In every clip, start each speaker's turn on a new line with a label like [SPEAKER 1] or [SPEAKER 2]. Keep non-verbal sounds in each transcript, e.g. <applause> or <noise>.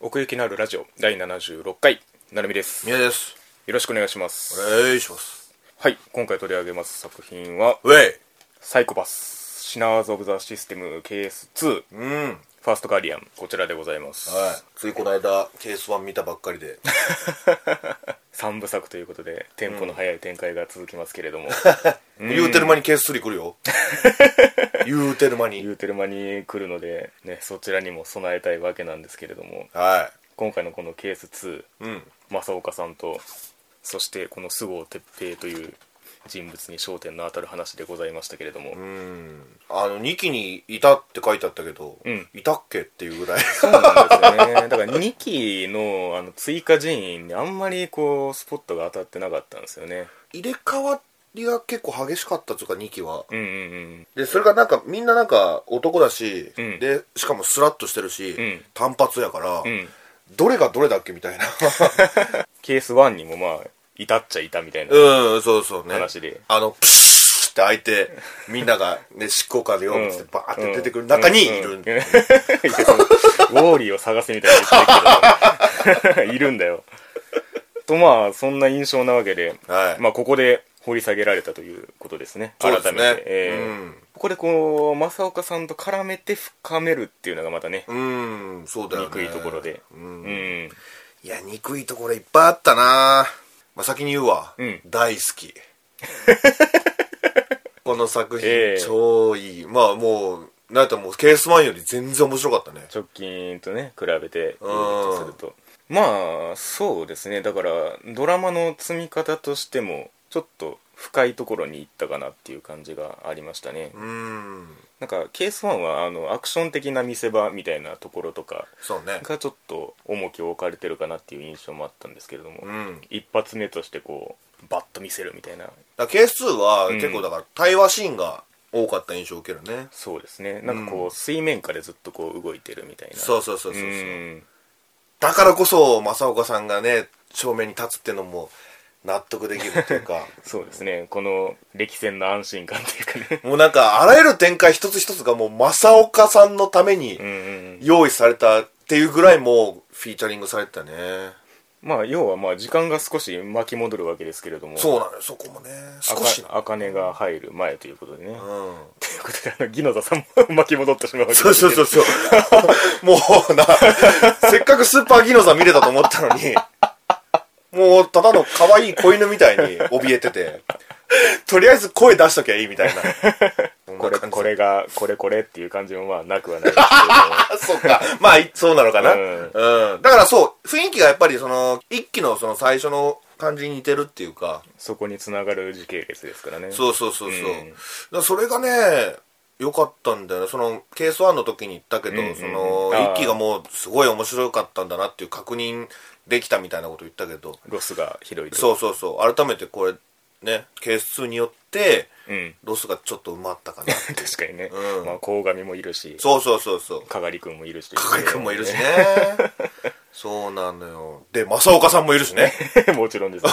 [SPEAKER 1] 奥行きのあるラジオ第76回なるみですよ
[SPEAKER 2] 宮です。
[SPEAKER 1] ろしくお願いしま
[SPEAKER 2] お
[SPEAKER 1] す
[SPEAKER 2] 願いします。
[SPEAKER 1] はい今回取り上げます作品は
[SPEAKER 2] ウェイ
[SPEAKER 1] サイコパスシナーズ・オブ・ザ・システム KS2 フ
[SPEAKER 2] うん。はい。
[SPEAKER 1] ァースト・ガーディアンこちらでございます、
[SPEAKER 2] ついこの間、ケース1見たばっかりで。
[SPEAKER 1] 3部作ということでテンポの速い展開が続きますけれども、
[SPEAKER 2] 言うてる間にケース3来
[SPEAKER 1] <laughs>
[SPEAKER 2] るよ。言うてる間
[SPEAKER 1] 言
[SPEAKER 2] に。
[SPEAKER 1] うてる間に来るので、ね、そちらにも備えたいわけなんですけれども
[SPEAKER 2] は
[SPEAKER 1] 今回のこの KS2
[SPEAKER 2] い。うん。
[SPEAKER 1] 正岡さんとそしてこの菅生哲平という人物に焦点の当たる話でございましたけれども、
[SPEAKER 2] うん。あの、2期にいたって書いてあったけど、
[SPEAKER 1] ん
[SPEAKER 2] いたっけってい
[SPEAKER 1] <laughs>
[SPEAKER 2] うぐらい。
[SPEAKER 1] そうなんですよねだから2期のあの追加人員にあんまりこうスポットが当たってなかったんですよね
[SPEAKER 2] 入れ替わりが結構激しかったというか、2期は。
[SPEAKER 1] うんうん
[SPEAKER 2] で、それがなんか、みんななんか男だし、
[SPEAKER 1] うん
[SPEAKER 2] で、しかもスラッとしてるし、
[SPEAKER 1] ん
[SPEAKER 2] 単発やから、
[SPEAKER 1] うんうん
[SPEAKER 2] どれがどれだっけみたいな。
[SPEAKER 1] ケース1にもまあ至っちゃいたみたいな
[SPEAKER 2] うん、そうそうね。
[SPEAKER 1] 話で
[SPEAKER 2] あの、プシューって開いて、
[SPEAKER 1] <laughs>
[SPEAKER 2] みんなが、ね、執行官でよ、つってバーって出てくる中にいる。
[SPEAKER 1] うんうんうんいやそのウォーリーを探せみたいな言ってるけど <laughs> いるんだよとまあそんな印象なわけで、
[SPEAKER 2] はい
[SPEAKER 1] まあここで掘り下げられたということですね
[SPEAKER 2] そうです
[SPEAKER 1] 改
[SPEAKER 2] ね
[SPEAKER 1] めて、えー
[SPEAKER 2] うん
[SPEAKER 1] ここでこう正岡さんと絡めて深めるっていうのがまたね
[SPEAKER 2] うん、そうだよね。
[SPEAKER 1] 憎いところで
[SPEAKER 2] う。
[SPEAKER 1] うんん
[SPEAKER 2] いや、憎いところいっぱいあったなまあ、先に言うわ。
[SPEAKER 1] うん
[SPEAKER 2] 大好
[SPEAKER 1] <laughs>
[SPEAKER 2] き。この作品、
[SPEAKER 1] ええ
[SPEAKER 2] 超いい。まあ、もう、なんやったらもう、ケースマンより全然面白かったね。
[SPEAKER 1] 直近とね比べて
[SPEAKER 2] うん
[SPEAKER 1] とするとまあそうですねだからドラマの積み方としてもちょっと深いところに行ったかなっていう感じがありましたね、
[SPEAKER 2] うん。
[SPEAKER 1] なんかケース1はあのアクション的な見せ場みたいなところとか
[SPEAKER 2] そうね。
[SPEAKER 1] がちょっと重きを置かれてるかなっていう印象もあったんですけれども、
[SPEAKER 2] うん。
[SPEAKER 1] 一発目としてこうバッと見せるみたいな
[SPEAKER 2] だからケース2は、
[SPEAKER 1] うん
[SPEAKER 2] 結構だから、対話シーンが多かった印象を受けるね。
[SPEAKER 1] そうですねなんかこう、
[SPEAKER 2] うん
[SPEAKER 1] 水面下でずっとこう動いてるみたいな
[SPEAKER 2] そううそうそうそうそう。
[SPEAKER 1] ん
[SPEAKER 2] だからこそ正岡さんがね正面に立つってのも納得できるってい
[SPEAKER 1] <laughs>
[SPEAKER 2] うか
[SPEAKER 1] そうですねこの歴戦の安心感というかね
[SPEAKER 2] もうなんかあらゆる展開一つ一つがもう正岡さんのために
[SPEAKER 1] うんうんうん
[SPEAKER 2] 用意されたっていうぐらいもうフィーチャリングされてたね
[SPEAKER 1] まあ要はまあ時間が少し巻き戻るわけですけれども
[SPEAKER 2] そうなのよそこもね
[SPEAKER 1] あ
[SPEAKER 2] 少しな
[SPEAKER 1] か茜が入る前ということでね、
[SPEAKER 2] う
[SPEAKER 1] というんことであのギノザさんも巻き戻ってしまうわけですけ
[SPEAKER 2] そ
[SPEAKER 1] ど
[SPEAKER 2] うそうそうそう <laughs> もうなせっかくスーパーギノさん見れたと思ったのにもうただの可愛い子犬みたいに怯えててとりあえず声出しときゃいいみたいなそん
[SPEAKER 1] こ
[SPEAKER 2] な
[SPEAKER 1] れ
[SPEAKER 2] 感じ
[SPEAKER 1] これがこれこれっていう感じもまあなくはないですけ
[SPEAKER 2] あ <laughs> そうか。まあ、いそうなのかな。
[SPEAKER 1] う
[SPEAKER 2] うんん。だからそう、雰囲気がやっぱりその、一期のその最初の感じに似てるっていうか、
[SPEAKER 1] どそこにつながる時系列ですからね
[SPEAKER 2] そうそうそうそう。
[SPEAKER 1] うん
[SPEAKER 2] だからそれがね、良かったんだよね。その、ケース1の時に言ったけど、
[SPEAKER 1] うんうん
[SPEAKER 2] その
[SPEAKER 1] あー、
[SPEAKER 2] 一期がもうすごい面白かったんだなっていう確認できたみたいなこと言ったけど、
[SPEAKER 1] ロスがひどいと
[SPEAKER 2] そうそうそう、改めてこれ、ね、ケース2によって、
[SPEAKER 1] う、ん、 <laughs>
[SPEAKER 2] ロスがちょっと埋まったかな。
[SPEAKER 1] 確かにね、
[SPEAKER 2] うん
[SPEAKER 1] まあ、鴻上もいるし
[SPEAKER 2] そうそうそうそう。
[SPEAKER 1] かがり君もいるし
[SPEAKER 2] 高井くんもいるしね。そうなのよ。で、正岡さんもいるしね。
[SPEAKER 1] <laughs> もちろん
[SPEAKER 2] <laughs>
[SPEAKER 1] ですも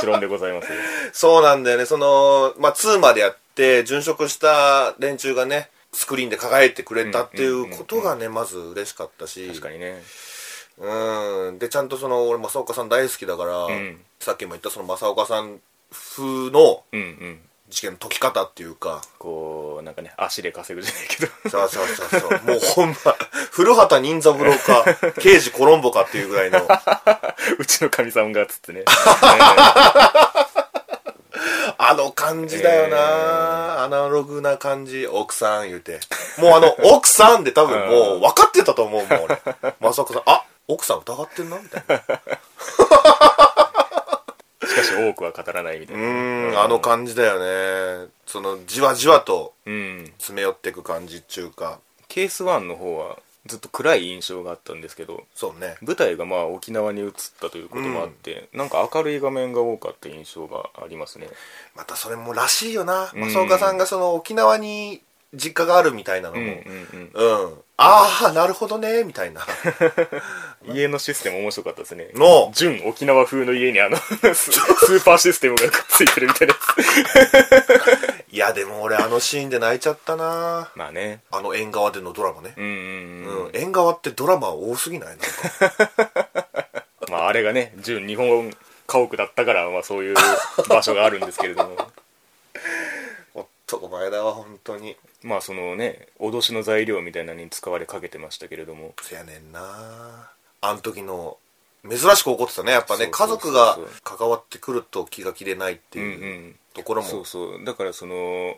[SPEAKER 1] ちろんでございますよ
[SPEAKER 2] そうなんだよね。その、まあ、2までやって、殉職した連中がね、スクリーンで輝いてくれたっていうことがね、まず嬉しかったし。
[SPEAKER 1] 確かにね
[SPEAKER 2] うん。で、ちゃんとその、俺、正岡さん大好きだから、
[SPEAKER 1] ん
[SPEAKER 2] さっきも言ったその正岡さん風の
[SPEAKER 1] うんうん
[SPEAKER 2] 事件の解き方っていう <laughs> か、
[SPEAKER 1] こうなんかね足で稼ぐじゃないけど <laughs>
[SPEAKER 2] そうそうそうそう。もうほんま、古畑任三郎 <laughs> か、刑事コロンボかっていうぐらいの、
[SPEAKER 1] うちのかみさんがつ <laughs> ってね
[SPEAKER 2] あの感じだよな、
[SPEAKER 1] え
[SPEAKER 2] アナログな感じ。奥さん言うて。もうあの、奥さんで多
[SPEAKER 1] <laughs>
[SPEAKER 2] 分もう分かってたと思うもん、俺。まさこさん、あ奥さん疑ってんなみたいな。
[SPEAKER 1] しかし多くは語らないみたいうな
[SPEAKER 2] ーん、あの感じだよね。その、じわじわと
[SPEAKER 1] うん
[SPEAKER 2] 詰め寄っていく感じっちゅうか。
[SPEAKER 1] ケース1の方はずっと暗い印象があったんですけど
[SPEAKER 2] そうね。
[SPEAKER 1] 舞台がまあ沖縄に移ったということもあって、なんか明るい画面が多かった印象がありますね
[SPEAKER 2] またそれもらしいよな。
[SPEAKER 1] うん
[SPEAKER 2] 松岡さんがその沖縄に実家があるみたいなの
[SPEAKER 1] うん
[SPEAKER 2] も。
[SPEAKER 1] うん
[SPEAKER 2] うん。ああ、なるほどね、みたいな。
[SPEAKER 1] うん家のシステム面白かったですね
[SPEAKER 2] の
[SPEAKER 1] 純沖 <laughs> 縄風の家にあのススーパーシステムがくっついてるみたいなや
[SPEAKER 2] いやでも俺あのシーンで泣いちゃったな
[SPEAKER 1] <laughs> まあね
[SPEAKER 2] あの縁側でのドラマね
[SPEAKER 1] うんうんうん、
[SPEAKER 2] うん、縁側ってドラマ多すぎないなんか <laughs>
[SPEAKER 1] まああれがね純日本家屋だったから、まあ、そういう場所があるんですけれども
[SPEAKER 2] 男前だわ本当に
[SPEAKER 1] まあそのね脅しの材料みたいなのに使われかけてましたけれども
[SPEAKER 2] そやねんなあの時の珍しく怒ってたねやっぱね
[SPEAKER 1] そうそ
[SPEAKER 2] 家
[SPEAKER 1] うそうそ
[SPEAKER 2] 族
[SPEAKER 1] う
[SPEAKER 2] が関わってくると気が切れないって
[SPEAKER 1] うんう
[SPEAKER 2] いうんところも、
[SPEAKER 1] そうそうだからその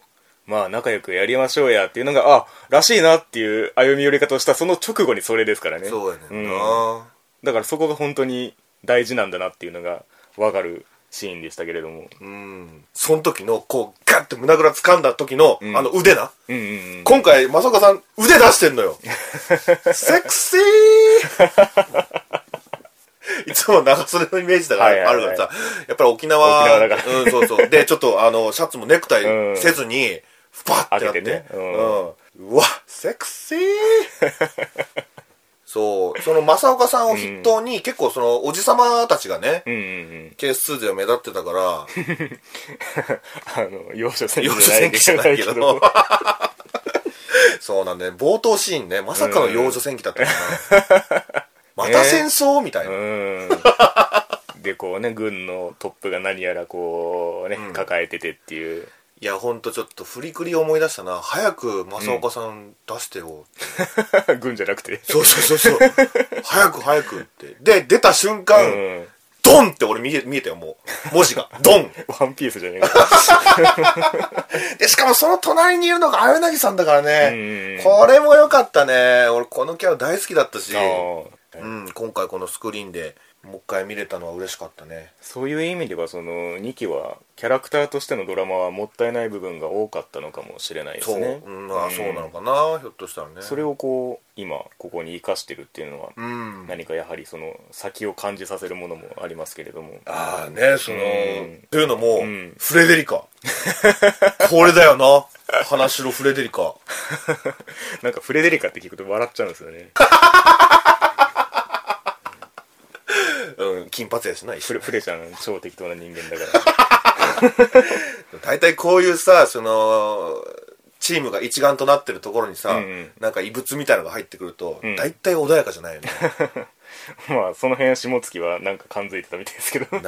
[SPEAKER 1] まあ仲良くやりましょうやっていうのがあらしいなっていう歩み寄り方をしたその直後にそれですからね
[SPEAKER 2] そうやねんな、
[SPEAKER 1] うんだからそこが本当に大事なんだなっていうのが分かるシーンでしたけれども
[SPEAKER 2] うん、その時のこうガッて胸ぐら掴んだ時の、
[SPEAKER 1] ん
[SPEAKER 2] あの腕な
[SPEAKER 1] うんうんうん
[SPEAKER 2] 今回正岡さん腕出して
[SPEAKER 1] <laughs>
[SPEAKER 2] んのよセクシ
[SPEAKER 1] <laughs>
[SPEAKER 2] ーいつも長袖のイメージだか
[SPEAKER 1] はいはい
[SPEAKER 2] ら
[SPEAKER 1] は
[SPEAKER 2] あ
[SPEAKER 1] い
[SPEAKER 2] るからさ、やっぱり沖縄
[SPEAKER 1] 沖縄だから
[SPEAKER 2] うんそうそうでちょっとあのシャツもネクタイせずに、ふぱってやっ
[SPEAKER 1] 開け
[SPEAKER 2] て
[SPEAKER 1] てね
[SPEAKER 2] う
[SPEAKER 1] うん
[SPEAKER 2] うわセクシー
[SPEAKER 1] <laughs>
[SPEAKER 2] そうその正岡さんを筆頭に、結構そのおじさまたちがね、
[SPEAKER 1] うんうんうん
[SPEAKER 2] ケース2では目立ってたから
[SPEAKER 1] あ
[SPEAKER 2] <laughs>
[SPEAKER 1] の幼少戦
[SPEAKER 2] 幼女戦記じゃないけど <laughs> そうなんだよ冒頭シーンねまさかの幼女戦記だったかな、
[SPEAKER 1] うん
[SPEAKER 2] また戦争みたいな、
[SPEAKER 1] うんでこうね軍のトップが何やらこうね、
[SPEAKER 2] ん
[SPEAKER 1] 抱えててって
[SPEAKER 2] <laughs>
[SPEAKER 1] いう <laughs>
[SPEAKER 2] いやほんとちょっとフリクリ思い出したな早く正岡さん出してよ、
[SPEAKER 1] 軍じゃなくて
[SPEAKER 2] そうそうそうそう早く早くってで出た瞬間、
[SPEAKER 1] うん
[SPEAKER 2] ドンって俺見え見えたよもう文字がドン
[SPEAKER 1] ワンピースじゃねえか
[SPEAKER 2] でしかもその隣にいるのが青柳さんだからね、
[SPEAKER 1] うん
[SPEAKER 2] これも良かったね俺このキャラ大好きだったし
[SPEAKER 1] あー
[SPEAKER 2] うん、今回このスクリーンでもう一回見れたのは嬉しかったね
[SPEAKER 1] そういう意味ではその2期はキャラクターとしてのドラマはもったいない部分が多かったのかもしれないで
[SPEAKER 2] そ
[SPEAKER 1] す
[SPEAKER 2] う、
[SPEAKER 1] ね
[SPEAKER 2] うん、あ
[SPEAKER 1] うん
[SPEAKER 2] そうなのかな、ひょっとしたらね
[SPEAKER 1] それをこう今ここに生かしてるっていうのは
[SPEAKER 2] うん
[SPEAKER 1] 何かやはりその先を感じさせるものもありますけれども
[SPEAKER 2] ああねその、
[SPEAKER 1] うん
[SPEAKER 2] というのも、
[SPEAKER 1] ん
[SPEAKER 2] フレデ
[SPEAKER 1] <laughs>
[SPEAKER 2] リカこれだよな花城フレデリカ
[SPEAKER 1] なんかフレデリカって聞くと笑っちゃうんですよ <laughs> ね
[SPEAKER 2] うん金髪やしな一
[SPEAKER 1] フ
[SPEAKER 2] 緒
[SPEAKER 1] レフレちゃん超適当な人間だから
[SPEAKER 2] 大体こういうさそのチームが一丸となってるところにさ、
[SPEAKER 1] うんうん
[SPEAKER 2] なんか異物みたいのが入ってくると、
[SPEAKER 1] ん
[SPEAKER 2] 大体穏やかじゃないよね
[SPEAKER 1] <laughs> まあその辺下月はなんか感づいてたみたいですけど
[SPEAKER 2] な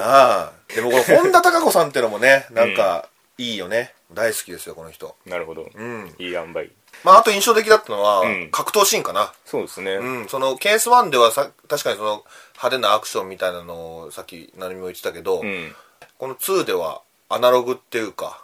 [SPEAKER 2] あでもこれ本田貴子さんってのもねなんかいいよね、大好きですよこの人
[SPEAKER 1] なるほど、
[SPEAKER 2] ん
[SPEAKER 1] いい塩梅
[SPEAKER 2] まあ、あと印象的だったのは、
[SPEAKER 1] うん
[SPEAKER 2] 格闘シーンかな。
[SPEAKER 1] そうですね、
[SPEAKER 2] うん、そのケース1ではさ確かにその派手なアクションみたいなのをさっき何も言ってたけど、
[SPEAKER 1] うん
[SPEAKER 2] この2ではアナログっていうか、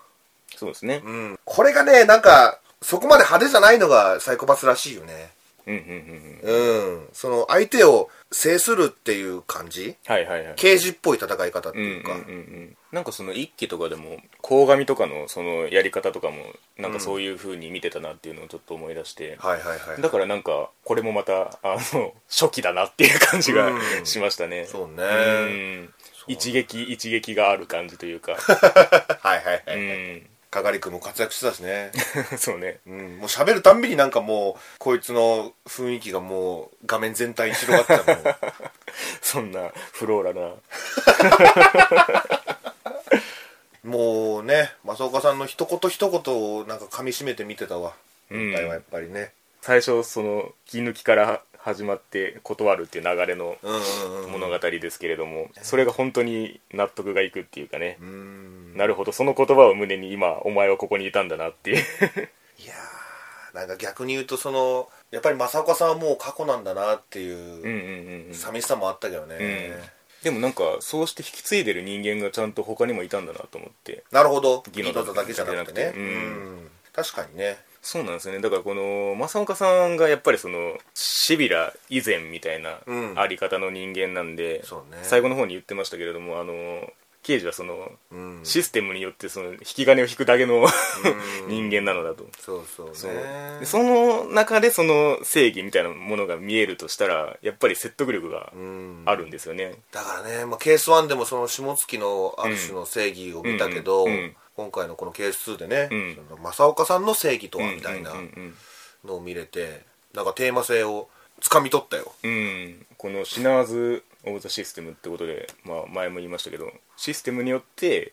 [SPEAKER 1] そうですね、
[SPEAKER 2] うん、これがねなんかそこまで派手じゃないのがサイコパスらしいよね
[SPEAKER 1] うん、うんうんうん
[SPEAKER 2] うんその相手を制するっていう感じ
[SPEAKER 1] はいはいはい
[SPEAKER 2] 刑事っぽい戦い方って
[SPEAKER 1] うんうん
[SPEAKER 2] いうか、
[SPEAKER 1] うんうんなんかその一期とかでも鴻上とかのそのやり方とかもなんかそういう風に見てたなっていうのをちょっと思い出して、
[SPEAKER 2] はいはいはい
[SPEAKER 1] だからなんかこれもまたあの初期だなっていう感じが
[SPEAKER 2] うん
[SPEAKER 1] しましたね、
[SPEAKER 2] そう <laughs> ね
[SPEAKER 1] うん一撃一撃がある感じというか
[SPEAKER 2] はいはいは
[SPEAKER 1] う
[SPEAKER 2] い、
[SPEAKER 1] ん <laughs>
[SPEAKER 2] かがり君も活躍してたしね
[SPEAKER 1] そうね
[SPEAKER 2] うん、もう喋るたんびになんかもうこいつの雰囲気がもう画面全体に広がってたもん
[SPEAKER 1] そんなフローラな <laughs>
[SPEAKER 2] もうね正岡さんの一言一言をなんか噛みしめて見てたわ
[SPEAKER 1] うん
[SPEAKER 2] 今回はやっぱりね
[SPEAKER 1] 最初その気抜きから始まって断るっていう流れの
[SPEAKER 2] うんうんうん
[SPEAKER 1] 物語ですけれどもそれが本当に納得がいくっていうかね
[SPEAKER 2] うん
[SPEAKER 1] なるほどその言葉を胸に今お前はここにいたんだなっていう
[SPEAKER 2] いやーなんか逆に言うとそのやっぱり正岡さんはもう過去なんだなって
[SPEAKER 1] うん
[SPEAKER 2] いううん
[SPEAKER 1] うんうん
[SPEAKER 2] 寂しさもあったけどね、
[SPEAKER 1] うんでもなんかそうして引き継いでる人間がちゃんと他にもいたんだなと思って
[SPEAKER 2] なるほど
[SPEAKER 1] ギ
[SPEAKER 2] ギ
[SPEAKER 1] ノ
[SPEAKER 2] ノ
[SPEAKER 1] だ
[SPEAKER 2] タだけじゃなくてね
[SPEAKER 1] じゃなくてうん
[SPEAKER 2] うん確かにね
[SPEAKER 1] そうなんですよねだからこの正岡さんがやっぱりそのシビラ以前みたいな
[SPEAKER 2] うん
[SPEAKER 1] あり方の人間なんで、
[SPEAKER 2] そうね
[SPEAKER 1] 最後の方に言ってましたけれどもあの刑事はその
[SPEAKER 2] うん
[SPEAKER 1] システムによってその引き金を引くだけの人間なのだと。
[SPEAKER 2] そうそうね
[SPEAKER 1] そうでその中でその正義みたいなものが見えるとしたらやっぱり説得力が
[SPEAKER 2] うん
[SPEAKER 1] あるんですよね、
[SPEAKER 2] だからね、まあ、ケース1でもその下月のある種の正義を見たけど、
[SPEAKER 1] うんうん
[SPEAKER 2] 今回のこのケース2でね、
[SPEAKER 1] うん
[SPEAKER 2] その正岡さんの正義とはみたいな
[SPEAKER 1] うんうん
[SPEAKER 2] のを見れてなんかテーマ性をつかみ取ったよ
[SPEAKER 1] うんうんこの「シナーズ・オブ・ザ・システム」ってことで、まあ、前も言いましたけどシステムによって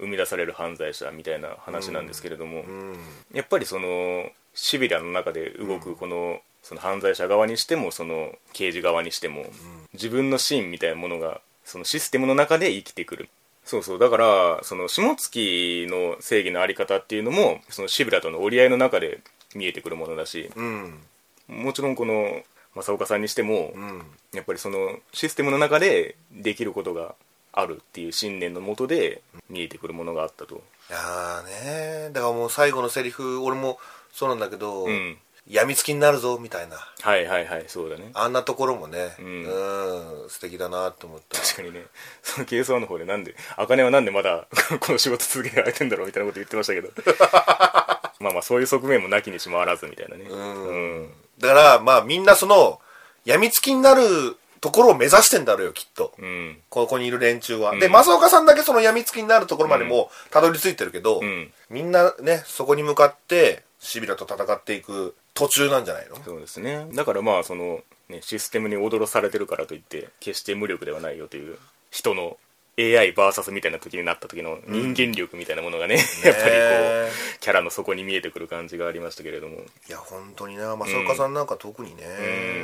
[SPEAKER 1] 生み出される犯罪者みたいな話なんですけれども、
[SPEAKER 2] うん
[SPEAKER 1] やっぱりそのシビラの中で動くこの,、その犯罪者側にしてもその刑事側にしても、自分のシーンみたいなものがそのシステムの中で生きてくるそうそうだからその下月の正義のあり方っていうのもそのシビラとの折り合いの中で見えてくるものだし
[SPEAKER 2] うん
[SPEAKER 1] もちろんこの正岡さんにしても、
[SPEAKER 2] うん
[SPEAKER 1] やっぱりそのシステムの中でできることがあるっていう信念のもとで見えてくるものがあったと、
[SPEAKER 2] いやーねだからもう最後のセリフ俺もそうなんだけど、
[SPEAKER 1] うん、
[SPEAKER 2] 病みつきになるぞみたいな
[SPEAKER 1] はいはいはいそうだね
[SPEAKER 2] あんなところもねうんん、素敵だなと思った
[SPEAKER 1] 確かにねその KSO の方でなんで茜はなんでまだ <laughs> この仕事続けられてんだろうみたいなこと言ってました <laughs> けどまあまあそういう側面もなきにしもあらずみたいなね
[SPEAKER 2] ん
[SPEAKER 1] うん
[SPEAKER 2] だからまあみんなその病みつきになるところを目指してんだろうよきっと
[SPEAKER 1] うん
[SPEAKER 2] ここにいる連中は、
[SPEAKER 1] ん
[SPEAKER 2] で正岡さんだけその病みつきになるところまでもうたどり着いてるけど、
[SPEAKER 1] うん
[SPEAKER 2] みんなねそこに向かってシビラと戦っていく途中なんじゃないの
[SPEAKER 1] そうですねだからまあその、ね、システムに驚されてるからといって決して無力ではないよという人の AIVS みたいな時になった時の人間力みたいなものがね、やっぱりこ
[SPEAKER 2] ね
[SPEAKER 1] うキャラの底に見えてくる感じがありましたけれども
[SPEAKER 2] いや本当にな正岡さんなんか特にね、
[SPEAKER 1] う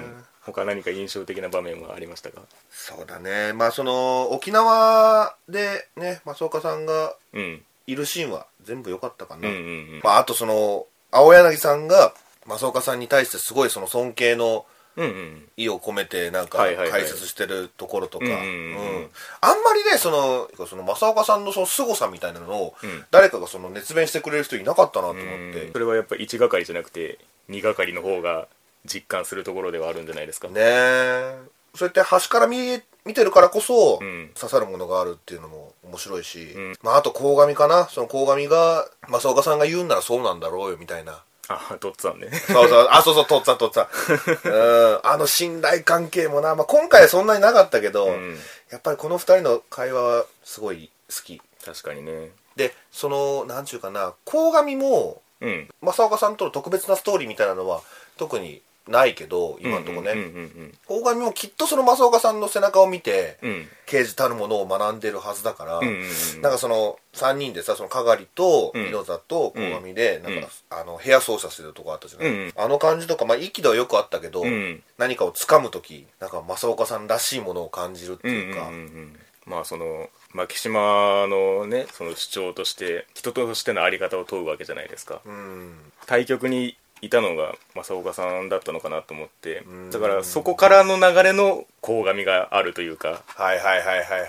[SPEAKER 1] ん他何か印象的な場面はありましたか
[SPEAKER 2] そうだねまあその沖縄でね松岡さんが
[SPEAKER 1] うん
[SPEAKER 2] いるシーンは全部良かったか
[SPEAKER 1] う
[SPEAKER 2] な、
[SPEAKER 1] んうんうん
[SPEAKER 2] まああとその青柳さんが松岡さんに対してすごいその尊敬の
[SPEAKER 1] うんうん
[SPEAKER 2] 意を込めてなんか
[SPEAKER 1] はいはいはい
[SPEAKER 2] 解説してるところとか
[SPEAKER 1] う
[SPEAKER 2] うんん
[SPEAKER 1] う
[SPEAKER 2] あ
[SPEAKER 1] ん
[SPEAKER 2] ん
[SPEAKER 1] うん
[SPEAKER 2] まりねそのその正岡さんのその凄さみたいなのを
[SPEAKER 1] うん
[SPEAKER 2] 誰かがその熱弁してくれる人いなかったなと思っ
[SPEAKER 1] うん
[SPEAKER 2] て
[SPEAKER 1] それはやっぱ1係じゃなくて2係の方が実感するところではあるんじゃないですか
[SPEAKER 2] ねえそうやって端から見え見てるからこそ
[SPEAKER 1] うん
[SPEAKER 2] 刺さるものがあるっていうのも面白いし、
[SPEAKER 1] ん
[SPEAKER 2] まあ、あと鴻上かなその鴻上が正岡さんが言うんならそうなんだろうよみたいな
[SPEAKER 1] あとっつぁんね
[SPEAKER 2] そうそうあそうそうとっつぁんとっつぁんうんあの信頼関係もな、まあ、今回はそんなになかったけど、
[SPEAKER 1] うん
[SPEAKER 2] やっぱりこの二人の会話はすごい好き
[SPEAKER 1] 確かにね
[SPEAKER 2] でそのなんちゅうかな鴻上も
[SPEAKER 1] うん
[SPEAKER 2] 正岡さんとの特別なストーリーみたいなのは特にないけど今のとこね、
[SPEAKER 1] うんうんうん
[SPEAKER 2] 鴻上もきっとその正岡さんの背中を見て、
[SPEAKER 1] うんうん
[SPEAKER 2] 刑事たるものを学んでるはずだから、
[SPEAKER 1] うんうんうん
[SPEAKER 2] なんかその3人でさその篝と
[SPEAKER 1] うん
[SPEAKER 2] 色座と
[SPEAKER 1] うん
[SPEAKER 2] 鴻上で、
[SPEAKER 1] ん
[SPEAKER 2] なんかあの部屋操作するとこあったじゃない、
[SPEAKER 1] うんうん
[SPEAKER 2] あの感じとか、まあ、息ではよくあったけど、
[SPEAKER 1] うん
[SPEAKER 2] 何かを掴む時なんか正岡さんらしいものを感じるっていうか、
[SPEAKER 1] んんんんまあその牧島のねその主張として人としてのあり方を問うわけじゃないですか、
[SPEAKER 2] うん
[SPEAKER 1] 対局にいたのが正岡さんだったのかなと思って
[SPEAKER 2] ん
[SPEAKER 1] だからそこからの流れの鴻上があるというか
[SPEAKER 2] はいはいはいはいはいはいはい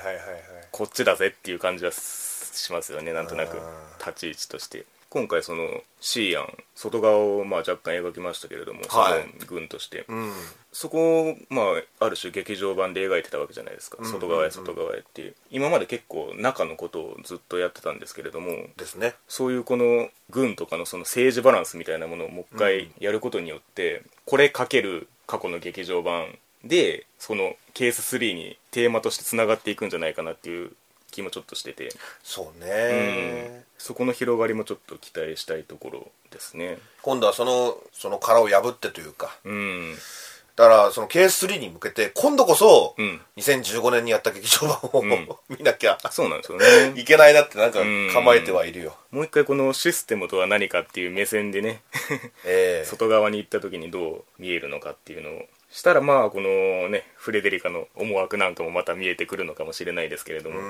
[SPEAKER 1] こっちだぜっていう感じはしますよねなんとなく
[SPEAKER 2] うん
[SPEAKER 1] 立ち位置として今回そのシーアン外側をまあ若干描きましたけれども、
[SPEAKER 2] はい
[SPEAKER 1] その軍として、
[SPEAKER 2] うん
[SPEAKER 1] そこを、まあ、ある種劇場版で描いてたわけじゃないですか、
[SPEAKER 2] んうん
[SPEAKER 1] 外側へ外側へっていう今まで結構中のことをずっとやってたんですけれども
[SPEAKER 2] ですね
[SPEAKER 1] そういうこの軍とかのその政治バランスみたいなものをもう一回やることによって、これかける過去の劇場版でそのケース3にテーマとしてつながっていくんじゃないかなっていう気もちょっとしてて、
[SPEAKER 2] そう
[SPEAKER 1] う
[SPEAKER 2] ね
[SPEAKER 1] ん、そこの広がりもちょっと期待したいところですね
[SPEAKER 2] 今度はそのその殻を破ってというか
[SPEAKER 1] うん
[SPEAKER 2] だからそのケース3に向けて今度こそ、
[SPEAKER 1] うん
[SPEAKER 2] 2015年にやった劇場版を、
[SPEAKER 1] ん
[SPEAKER 2] <laughs> 見なきゃ
[SPEAKER 1] そうなんですよね
[SPEAKER 2] いけないなってなんか構えてはいるよ、
[SPEAKER 1] もう一回このシステムとは何かっていう目線でね
[SPEAKER 2] ええ
[SPEAKER 1] 外側に行った時にどう見えるのかっていうのをしたらまあこのねフレデリカの思惑なんかもまた見えてくるのかもしれないですけれども、
[SPEAKER 2] うー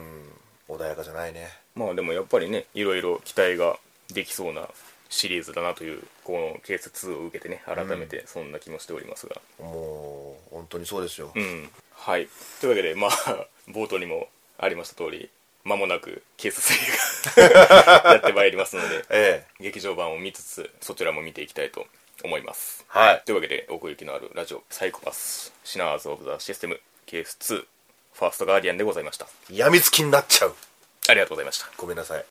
[SPEAKER 2] ん穏やかじゃないね
[SPEAKER 1] まあでもやっぱりねいろいろ期待ができそうなシリーズだなというこのケース2を受けてね改めてそんな気もしておりますが
[SPEAKER 2] もう本当にそうですよ、
[SPEAKER 1] うん、はいというわけでまあ冒頭にもありました通り間もなくケース3が <laughs> やってまいりますので
[SPEAKER 2] ええ
[SPEAKER 1] 劇場版を見つつそちらも見ていきたいと思います
[SPEAKER 2] はい
[SPEAKER 1] というわけで奥行きのあるラジオ「サイコパスシナーズ・オブ・ザ・システム」ケース2ファーストガーディアンでございました
[SPEAKER 2] 病みつきになっちゃう
[SPEAKER 1] ありがとうございました
[SPEAKER 2] ごめんなさい